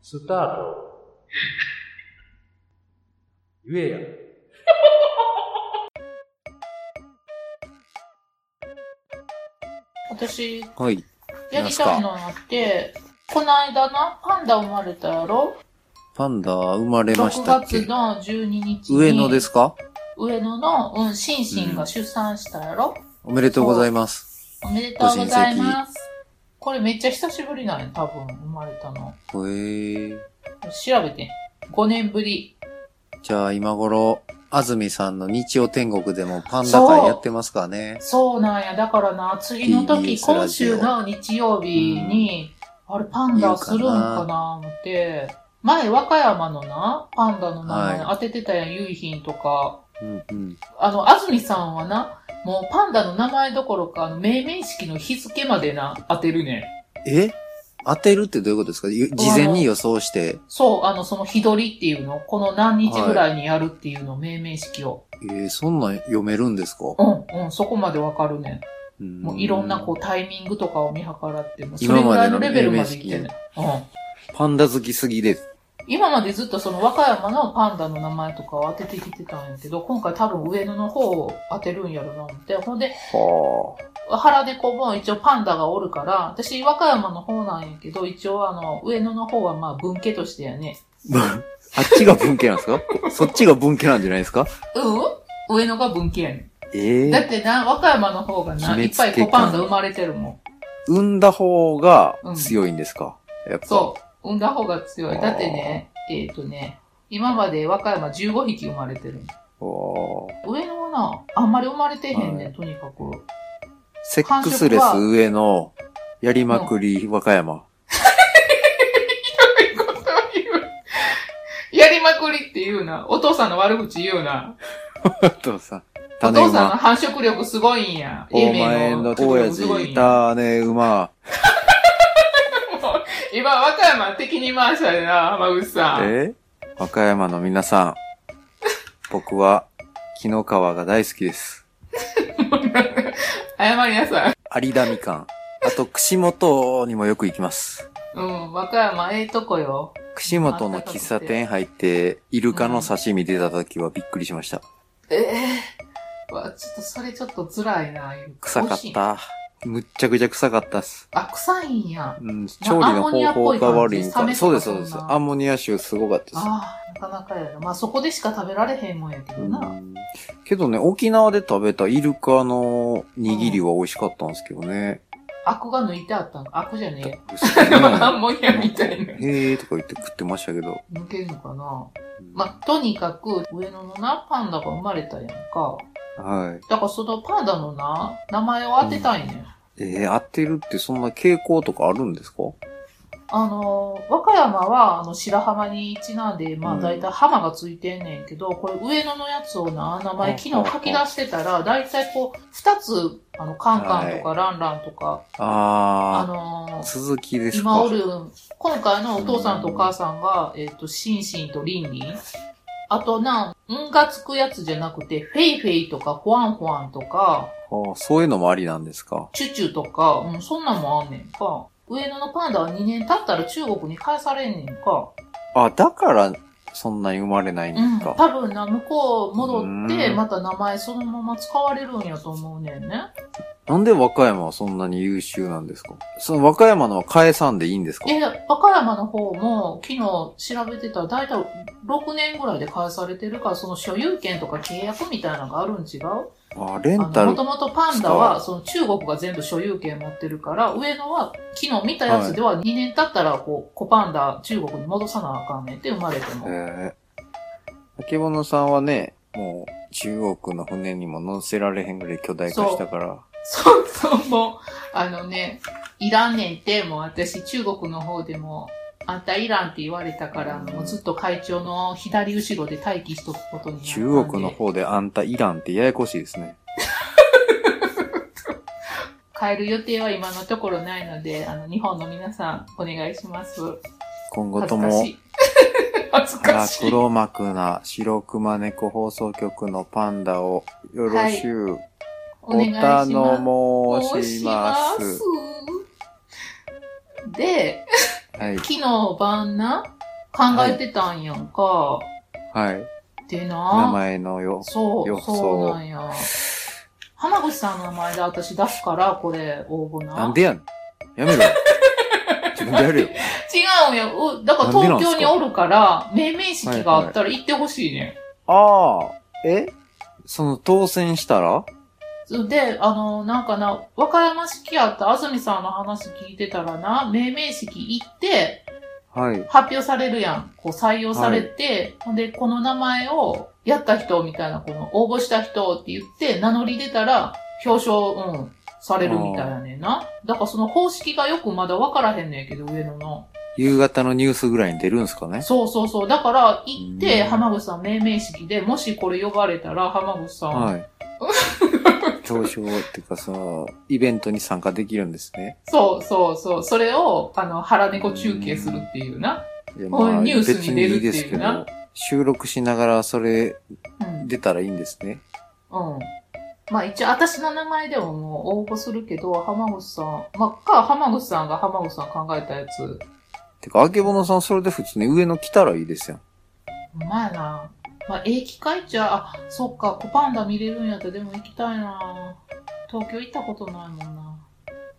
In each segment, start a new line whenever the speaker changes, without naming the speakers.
スタート。言えや。
私、
はい。
やりたいのあって、この間な、パンダ生まれたやろ
パンダ生まれまし
?6
たっけ
月の12日に。
上野ですか
上野の、うん、シンシンが出産したやろ、
おめでとうございます。
おめでとうございます。これめっちゃ久しぶりなんや、多分、生まれたの。
へえ。
調べて。5年ぶり。
じゃあ今頃、安住さんの日曜天国でもパンダ会やってますからね。
そうなんや。だからな、次の時、
TBS ラ
今
ジオ
週の日曜日に、あれパンダするんかな思って、前和歌山のな、パンダの名前
は
当ててたやん、ゆいひんとか。
うんうん。
あの、安住さんはな、もうパンダの名前どころか、あの命名式の日付までな、当てるねん。
え当てるってどういうことですかゆ事前に予想して。
そう、あの、その日取りっていうの、この何日ぐらいにやるっていうの、命名式を。
えー、そんなん読めるんですか
うん、うん、そこまでわかるねん。も
も
ういろんなこうタイミングとかを見計らって、もうそ
今
れぐ
ま
ら
で
い
の
のレベルまでいって
命
ね。うん。
パンダ好きすぎです。
今までずっとその和歌山のパンダの名前とかを当ててきてたんやけど、今回多分上野の方を当てるんやろな思って。ほんで、
は
原猫も一応パンダがおるから、私和歌山の方なんやけど、一応あの、上野の方はまあ文系としてやね。
あ。 あっちが文系なんですかそっちが文系なんじゃないですか
うん上野が文系やね
ええ
ん。だってな、和歌山の方がな、いっ
決
ぱ
め
い
つけ
子
か
パンダ生まれてるもん。
産んだ方が強いんですか、やっぱ。
そう。産んだ方が強い。だってね、えっ、とね、今まで和歌山15匹生まれてる。
おー
上野はな、あんまり生まれてへんねん、
は
とにかく。
セックスレス上の、やりまくり和歌山。
ことを言う。やりまくりって言うな。お父さんの悪口言うな。
お父さん。種
お父さんの
馬。
繁殖力すごいんや。
お前の親父、種馬。
今、和歌山敵に回したよな、浜口さん。
え和歌山の皆 さん。僕は、木の皮が大好きです。
謝りなさい。
有田みかん。あと、串本にもよく行きます。
うん、和歌山、ええとこよ。
串本の喫茶店入って、イルカの刺身出た時はびっくりしました。
ええわ、ちょっと、それちょっと辛いな、
臭
美
かっ
味しい。
た。むっちゃくちゃ臭かったっす。
あ、臭いんや。
うん、調理の方法が悪いん
ア
か。
ンモニアっぽい感じ
そうです、そ
冷
うで
めて
す
たもん。な
アンモニア臭すごかったです。
ああ、なかなかやな。まあ、そこでしか食べられへんもんやけど
う
な。
んけどね、沖縄で食べたイルカの握りは美味しかったんですけどね。
アクが抜いてあったの。アクじゃねえよ。 ア
ね
ンモニアみたいな。
へーとか言って食ってましたけど。
抜けるのかなまあ、とにかく、上野のな、パンダが生まれたやんか。
は
だからそのパンダのな、名前を当てたいねん。
い。えー、当てるってそんな傾向とかあるんですか
あの、和歌山は、あの、白浜にちなんで、ま
う
あ、
ん
だいたい浜がついてんねんけど、これ上野のやつをな、名前昨日書き出してたら、だいたいこう、二つ、あの、カンカンとかランランとか、あ
あ
の
ー、続きですか。
今おる、今回のお父さんとお母さんが、えっ、と、シンシンとリンリン。あとな、んがつくやつじゃなくて、フェイフェイとか、ホワンホワンとか、
あーそういうのもありなんですか。
チュチュとか、うん、そんなんもあんねんか。上野のパンダは2年経ったら中国に返されんねんか。
あ、だから、そんなに生まれないんで
うん、
すか。
多分な、向こう戻って、
うん
また名前そのまま使われるんやと思うねんね。
なんで和歌山はそんなに優秀なんですかその和歌山のは返さんでいいんですか
え、和歌山の方も昨日調べてたら大体6年ぐらいで返されてるから、その所有権とか契約みたいなのがあるん違う
あ、レ
あ
ンタル
の、もともとパンダは、その中国が全部所有権持ってるから、上野は昨日見たやつでは2年経ったら、こう、子パンダ中国に戻さなあかんねんって生まれても。
ええ。あけぼのさんはね、もう中国の船にも乗せられへんぐらい巨大化したから。
そうそう、もう、あのね、いらんねんって、もう私、中国の方でも、あんたいらんって言われたから、
うん
もうずっと会長の左後ろで待機しとくことになったんで。
中国の方であんたイランってややこしいですね。
変える予定は今のところないので、あの、日本の皆さん、お願いします。
今後
恥
と
ずか
も
しい。恥ずか
が
しい。
黒幕な白熊猫放送局のパンダをよろしゅう、
お願いします。
お頼申します。
で、
はい、
昨日晩な、考えてたんやんか。
はい。
で
名
な、
前のよ。
そう、
予想
そうなんや。花口さんの名前で私出すから、これ、応募な。
なんでやねん。やめろ。 自分でやるよ。
違うんや。うだから東京におるから、命名式があったら行ってほしいねん。
ああ、えその当選したら
で、あの、なんかな、和歌山式やった安住さんの話聞いてたらな、命名式行って、
はい。
発表されるやん。こう採用されて、ほんで、この名前をやった人みたいな、この応募した人って言って、名乗り出たら、表彰、うん、されるみたいやねんな。だからその方式がよくまだわからへんねんけど、上野の。
夕方のニュースぐらいに出るんすかね
そうそうそう。だから、行って、
うん
浜口さん命名式で、もしこれ呼ばれたら、浜口さん、
はい。投票っていうか、その、イベントに参加できるんですね。
そうそうそう。それを、あの、腹猫中継するっていうな。
いや
こういうニュースに出るっていうな
別に収録しながらそれ
うん。
出たらいいんですね。
うん。まあ一応、私の名前でももう応募するけど、浜口さん、まあ、か、浜口さんが浜口さん考えたやつ。
てか、あけぼのさんそれで普通に上野来たらいいですよ。
うまやな。まあ、ええ機会っちゃ、あ、そっか、コパンダ見れるんやったらでも行きたいな。東京行ったことないもんな。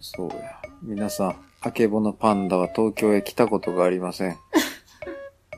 そうや。皆さん、あけぼのパンダは東京へ来たことがありま せん。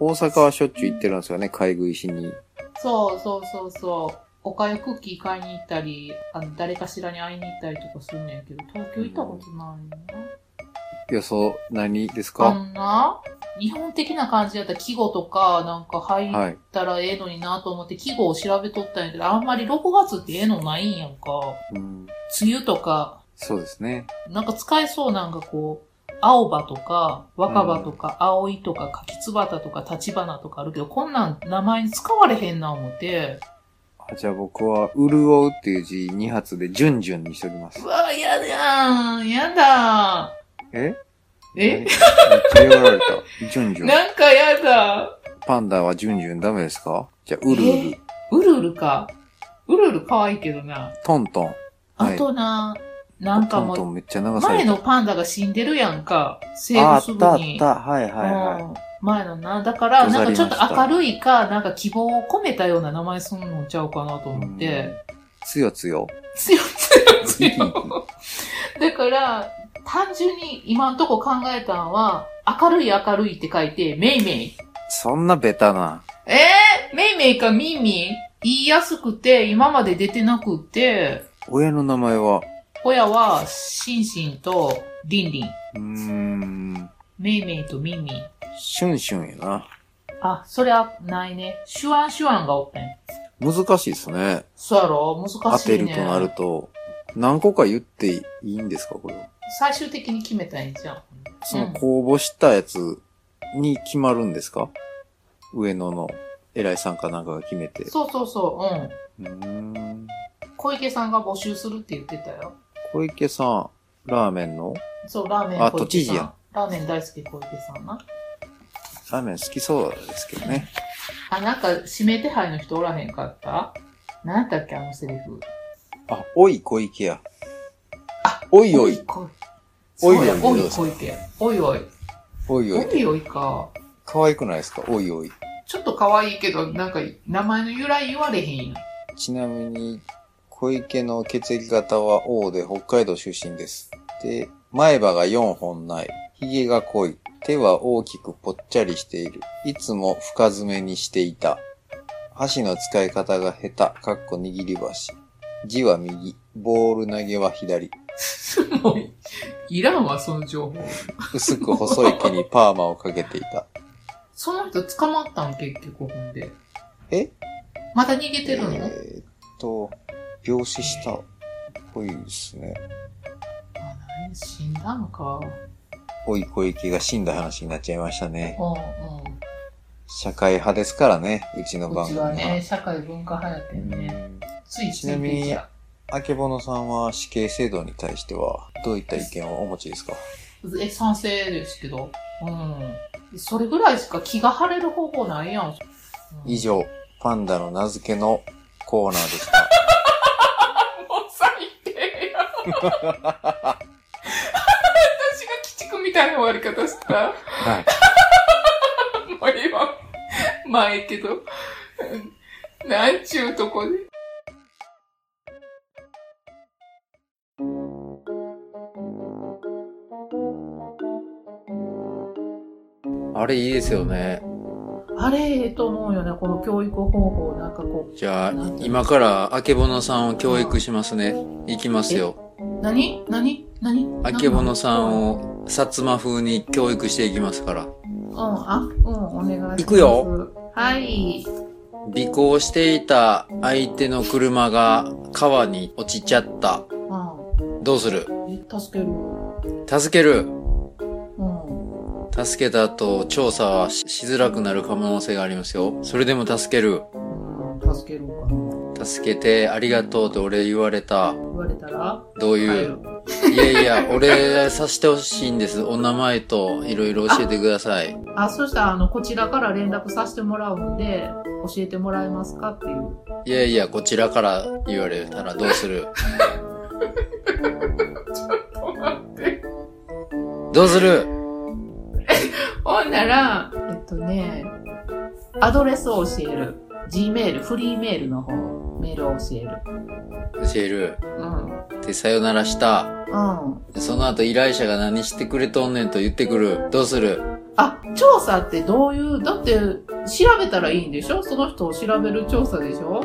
大阪はしょっちゅう行ってるんですよね、買い食いしに。
そうそうそうそう。おかゆクッキー買いに行ったり、あの、誰かしらに会いに行ったりとかするねんけど、東京行ったことないよな。
予想何です
こ
か、
んな日本的な感じやったら季語とかなんか入っ
はい。
たらええのになと思って季語を調べとったんやけど、あんまり6月ってええのないんやんか。
うん、
梅雨とか、
そうですね。
なんか使えそうなんかこう、青葉とか、若葉とか、葵とか、柿つばたとか、立花とかあるけど、こんなん名前に使われへんな思って。
あじゃあ僕は、潤うっていう字2発で、じゅんじゅんにしております
う。わ、やだーやだ
え
え
めっちゃ嫌がられた。じゅんじ
ー
ゅん。
なんかやだ
パンダはじゅんじゅんダメですかじゃあ、うるう
え
る。
うるうるか。うるうる可愛いけどな。
トントン。
あ
はい
とな、なんか
トン
もう
トンめっちゃ流され
前
た。
のパンダが死んでるやんか。生
ああ
後す
っ
ぐ
たあっ
に。
た。はいはいはい。
うん前のな。だから、なんかちょっ
ござり
と
ました
明るいか、なんか希望を込めたような名前すんのちゃうかなと思って。
つよつよ。
強い強い強
うん
い。だから、単純に今んとこ考えたんは、明るい明るいって書いて、メイメイ。
そんなベタな。
えー、メイメイかミンミン言いやすくて、今まで出てなくて、
親の名前は、
親は、シンシンとリンリン。
うーん、
メイメイとミンミン。
シュンシュンやな。
あ、そりゃないね。シュワンシュワンがおったんや
難しいですね。
そうやろ難
当
し
て
いね。
るとなると。何個か言っていいんですかこれは。
最終的に決めたんじゃん。
その公募したやつに決まるんですか、上野の偉いさんかなんかが決めて。
そうそうそう、うん。
うーん。
小池さんが募集するって言ってたよ。
小池さん、ラーメンの
そう、ラーメン
あ
小
都
池
知
さ
事
ん。
やん
ラーメン大好き小池さんな。
ラーメン好きそうですけどね。
あ、なんか指名手配の人おらへんかったなんやったっけあのセリフ。
あ、おい小池や。
あ
おいおい。
小
おいおい
そうやお
ど
いう
ぞ
小池。おいおい。
おいおい。
おいおいか。
可愛くないですかおいおい。
ちょっと可愛いけど、なんか名前の由来言われへん やん。
ちなみに、小池の血液型は O で北海道出身です。で、前歯が4本ない。髭が濃い。手は大きくぽっちゃりしている。いつも深爪にしていた。箸の使い方が下手。かっこ握り箸。字は右。ボール投げは左。
もう、いらんわ、その情報。
薄く細い毛にパーマをかけていた。
その人捕まったん結局、ほんで。
え
また逃げてるの、
えーっと、病死したっぽいですね。
あ何死んだのか。
おい小池が死んだ話になっちゃいましたね。
う
社会派ですからね、うちの
んうん。う
番
ち
組
は
は。
ね、社会文化流行ってんね。ついつ
ちないみ
て
に
きた。
あけぼのさんは死刑制度に対してはどういった意見をお持ちですか
え、賛成ですけど。うん。それぐらいしか気が晴れる方法ないやん。うん
以上、パンダの名付けのコーナーでした。
もう最低 や。私が鬼畜みたいな終わり方した。
はい。
もう今、前けど。うんなんちゅうとこで。
あれいいですよね。
あれ、ええと思うよね。この教育方法、なんかこ
じゃあ、今から、あけぼのさんを教育しますね。いきますよ。
う、何何何
あけぼのさ
を。
んを、薩摩風に教育していきますから。
うん、あ、うん、お願いします。
行くよ。
はい。
尾行していた相手の車が川に落ちちゃった。
う
どうする
ん。え、助ける。
助ける
うん。
助けた後、調査はししづらくなる可能性がありますよ。それでも助ける。
うん、助けるんかな。
助けて、ありがとうと俺言われた。
言われたら
どう
帰
い
る
う、。いやいや、俺さしてほしいんです。お名前といろいろ教えてください。
あ、そしたら、あの、こちらから連絡させてもらうんで、教えてもらえますかって いう。
いやいや、こちらから言われたらどうするどうする
ほんなら、えっとね、アドレスを教える。Gmail、フリーメールの方、メールを教える。
教える。
うん。
で、さよならした。
うん。
でその後依頼者が何してくれとんねんと言ってくる。どうする
あ、調査ってどういう、だって、調べたらいいんでしょその人を調べる調査でしょ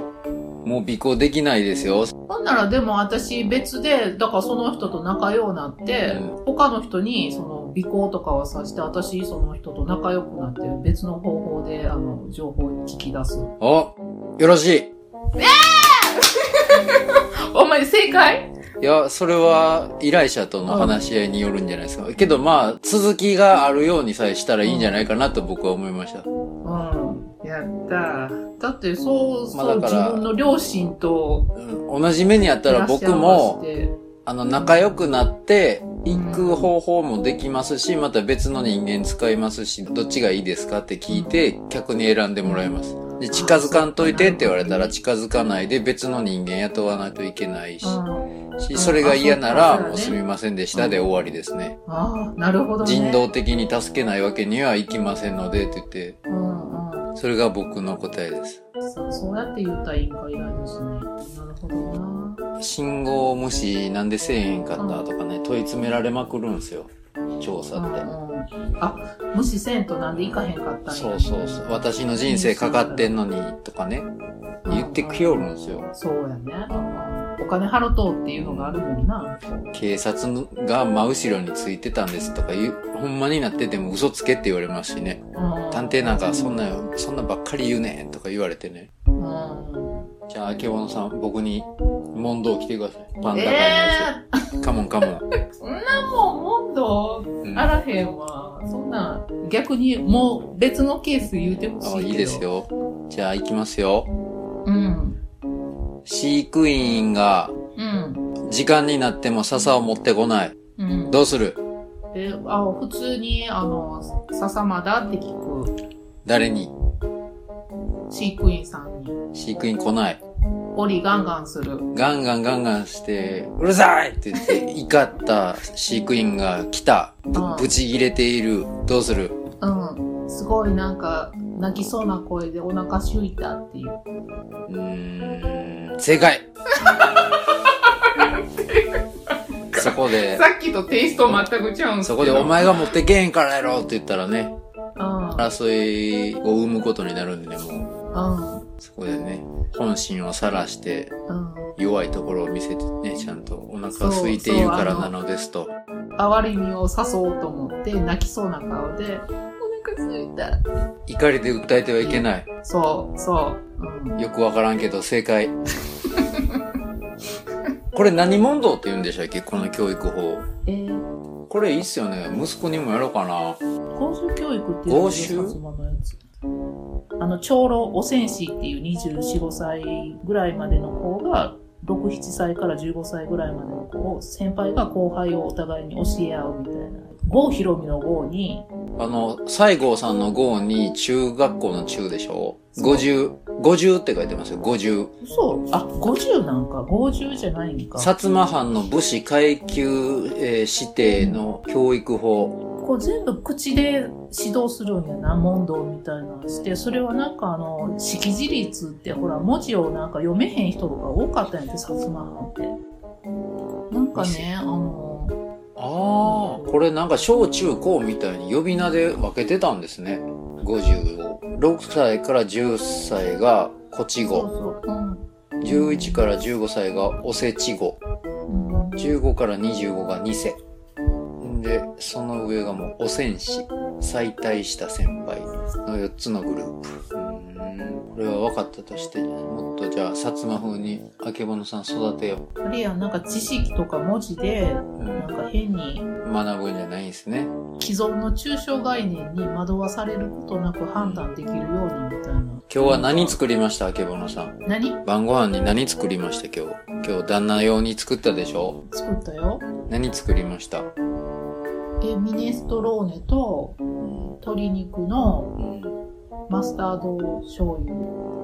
もう尾行できないですよ。
ほんならでも私別で、だからその人と仲良くなって、
う
他の人にその尾行とかはさして、私その人と仲良くなって、別の方法で、あの、情報を聞き出す。
およろしい
お前正解
いや、それは依頼者との話し合いによるんじゃないですか。けどまあ、続きがあるようにさえしたらいいんじゃないかなと僕は思いました。
うん。やっただってそう、
まあ
そう
だ
自
から
分の両親と
うん同じ目にあったら僕も、
照らし合わせて
あの、仲良くなって、行く方法もできますし、また別の人間使いますし、どっちがいいですかって聞いて、客に選んでもらいます。で、近づかんといてって言われたら、近づかないで別の人間雇わないといけないし、
うん
しそれが嫌なら、
うん
もうすみませんでしたで終わりですね。
ああ、なるほどね。
人道的に助けないわけにはいきませんので、って言って、
うんうん。
それが僕の答えです。
そうそうやって言ったらいいんか、意外ですね。なるほどな。
信号無視なんでせえへんかったとかね、問い詰められまくるんですよ。調査って。
うんうん、あ、無視せんとなんで行かへんかったんや
そうそうそう。私の人生かかってんのに、とかね。言ってきよるんですよ。
そうやね。お金払うとうっていうのがあるもんな。
警察が真後ろについてたんですとか言う、ほんまになってても嘘つけって言われますしね。
うん、
探偵なんかそんな、そんなばっかり言うねんとか言われてね。
うん。
じゃあ、あけぼのさん、僕に問答来てください。パンダ界のや
ええ
つ。カモンカモ ン。
ー、そんなもん、問答
うん
あらへんわ。そんな、逆にもう別のケース言うてほしいけ
あ
ど。
いいです。よ。じゃあ、行きますよ。
うん。
飼育員が
うん。
時間になっても笹を持ってこない。
うん。
どうする
え、あ、普通に、あの、笹まだって聞く
誰に
飼育員さんに、
飼育員来ない。
オリガンガンする。
ガンガンガンガンして、うるさいって言って、怒った飼育員が来た。
うん
ぶち切れている。どうする
うん。すごいなんか、泣きそうな声でお腹すいたっていう。
うーん、正 解そこで、
っきとテイスト全く違うん
そこでお。前が持ってけへんからやろって言ったらね、
うん。
争いを生むことになるんでね、もう、
うん。
そこでね、本心をさらして、
うん。
弱いところを見せてね、ちゃんとお腹空いているからなのですと。
哀れみを誘おうと思って、泣きそうな顔で、お腹すいた。
怒りで訴えてはいけない。
そう、そう。うん。
よくわからんけど、正解。 これ何問答って言うんでしたっけこの教育法。
えー、
これいいっすよね。息子にもやろうかな。
公衆教育っていう
公衆
薩摩のやつ。あの、長老、お戦士っていう24、5歳ぐらいまでの子が6、7歳から15歳ぐらいまでの子を、先輩が後輩をお互いに教え合うみたいな。郷ひろみの郷に、
あの、西郷さんの郷に中学校の中でしょ
そう
?50、50って書いてますよ、50。
嘘あ、50なんか、50じゃないんか。
薩摩藩の武士階級、えー指定の教育法。
こう全部口で指導するんやな、問答みたいなのして、それはなんかあの、識字率ってほら、文字をなんか読めへん人が多かったんやって、薩摩藩って。なんかね、あの、
ああ、これなんか小中高みたいに呼び名で分けてたんですね。50を。6歳から10歳がこち
そ
語。
うそう、うん。
11から15歳がおせち語。
うん
15から25が2世でその上がもうお戦士再退した先輩の4つのグループうーんこれは分かったとしてもっとじゃあ薩摩風にあけぼのさん育てよ
あれやんなんか知識とか文字で、
う、
なんか変に
学ぶんじゃないんですね
既存の抽象概念に惑わされることなく判断できるようにみたいな。
今日は何作りましたあけぼのさん
何
晩ご飯に何作りました今日今日旦那用に作ったでしょ
作ったよ。
何作りました
え、ミネストローネと
うん
鶏肉の
うん
マスタード醤油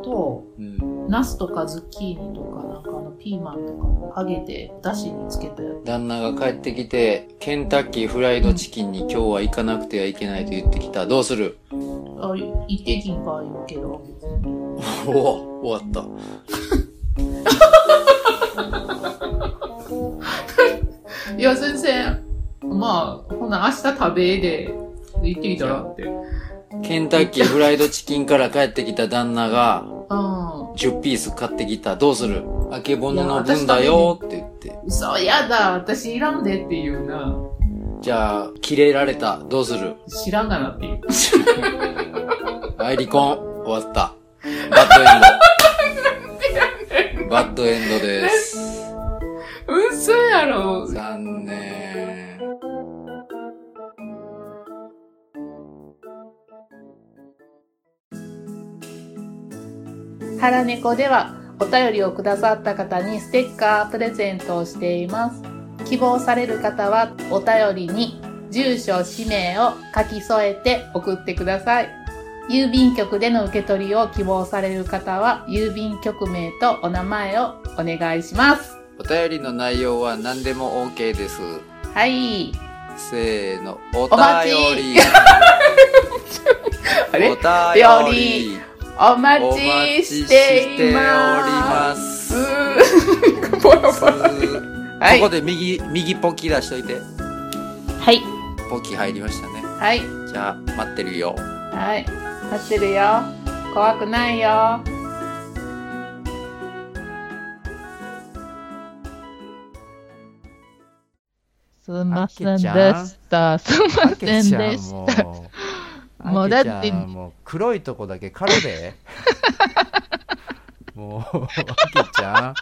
と、
うん
ナスとかズッキーニとか、なんかあのピーマンとかを揚げて、だしにつけたや
旦那が帰ってきてケンタッキーフライドチキンに今日は行かなくてはいけないと言ってきたどうする
つ。あ、一定金か言うけど、別に。
おお終わっ
いや、全然、まあ、ほな、明日食べで、行ってみたらって。うん。
たケンタッキーフライドチキンから帰ってきた旦那が
う
10ピース買ってきたどうするあけぼのの分だよって言って
そ、やだ、私いらんでっていうな。
じゃあ切れられたどうする
知らんがなっていう。
はい離婚終わったバッドエンドバッドエンドです
嘘やろ。
残念
ハラネコではお便りをくださった方にステッカープレゼントをしています。希望される方はお便りに住所、氏名を書き添えて送ってください。郵便局での受け取りを希望される方は郵便局名とお名前をお願いします。
お便りの内容は何でも OK です
はい。
せーのお
お待ち
便り
あれ
お便り
お
お
待
待
ち
ち
し
してて
い
おり
ま
ます。
す。 ボロボロはい
ここ。で右、右ポキ出しといて。
はい。
ポキ入りましたね。
はい。
じゃあ、待ってるよ。
はい。待ってるよ。怖くないよ。すんませんでした。すんま
あ
せ
け
ん
ちゃ
で
ん
し
も
た。
う。
もうだって
あけちゃんもう黒いとこだけ狩るで。 もう、あけちゃん。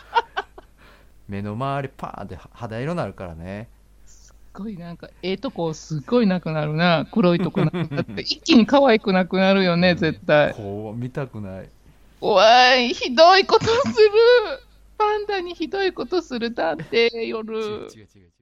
目の周りパーンって肌色になるからね。
すごいなんか、ええとこすっごいなくなるな。黒いとこなくな って。一気に可愛くなくなるよね、絶対。
こう見たくない。
怖い。ひどいことする。パンダにひどいことする。だって、夜。
違う違う違う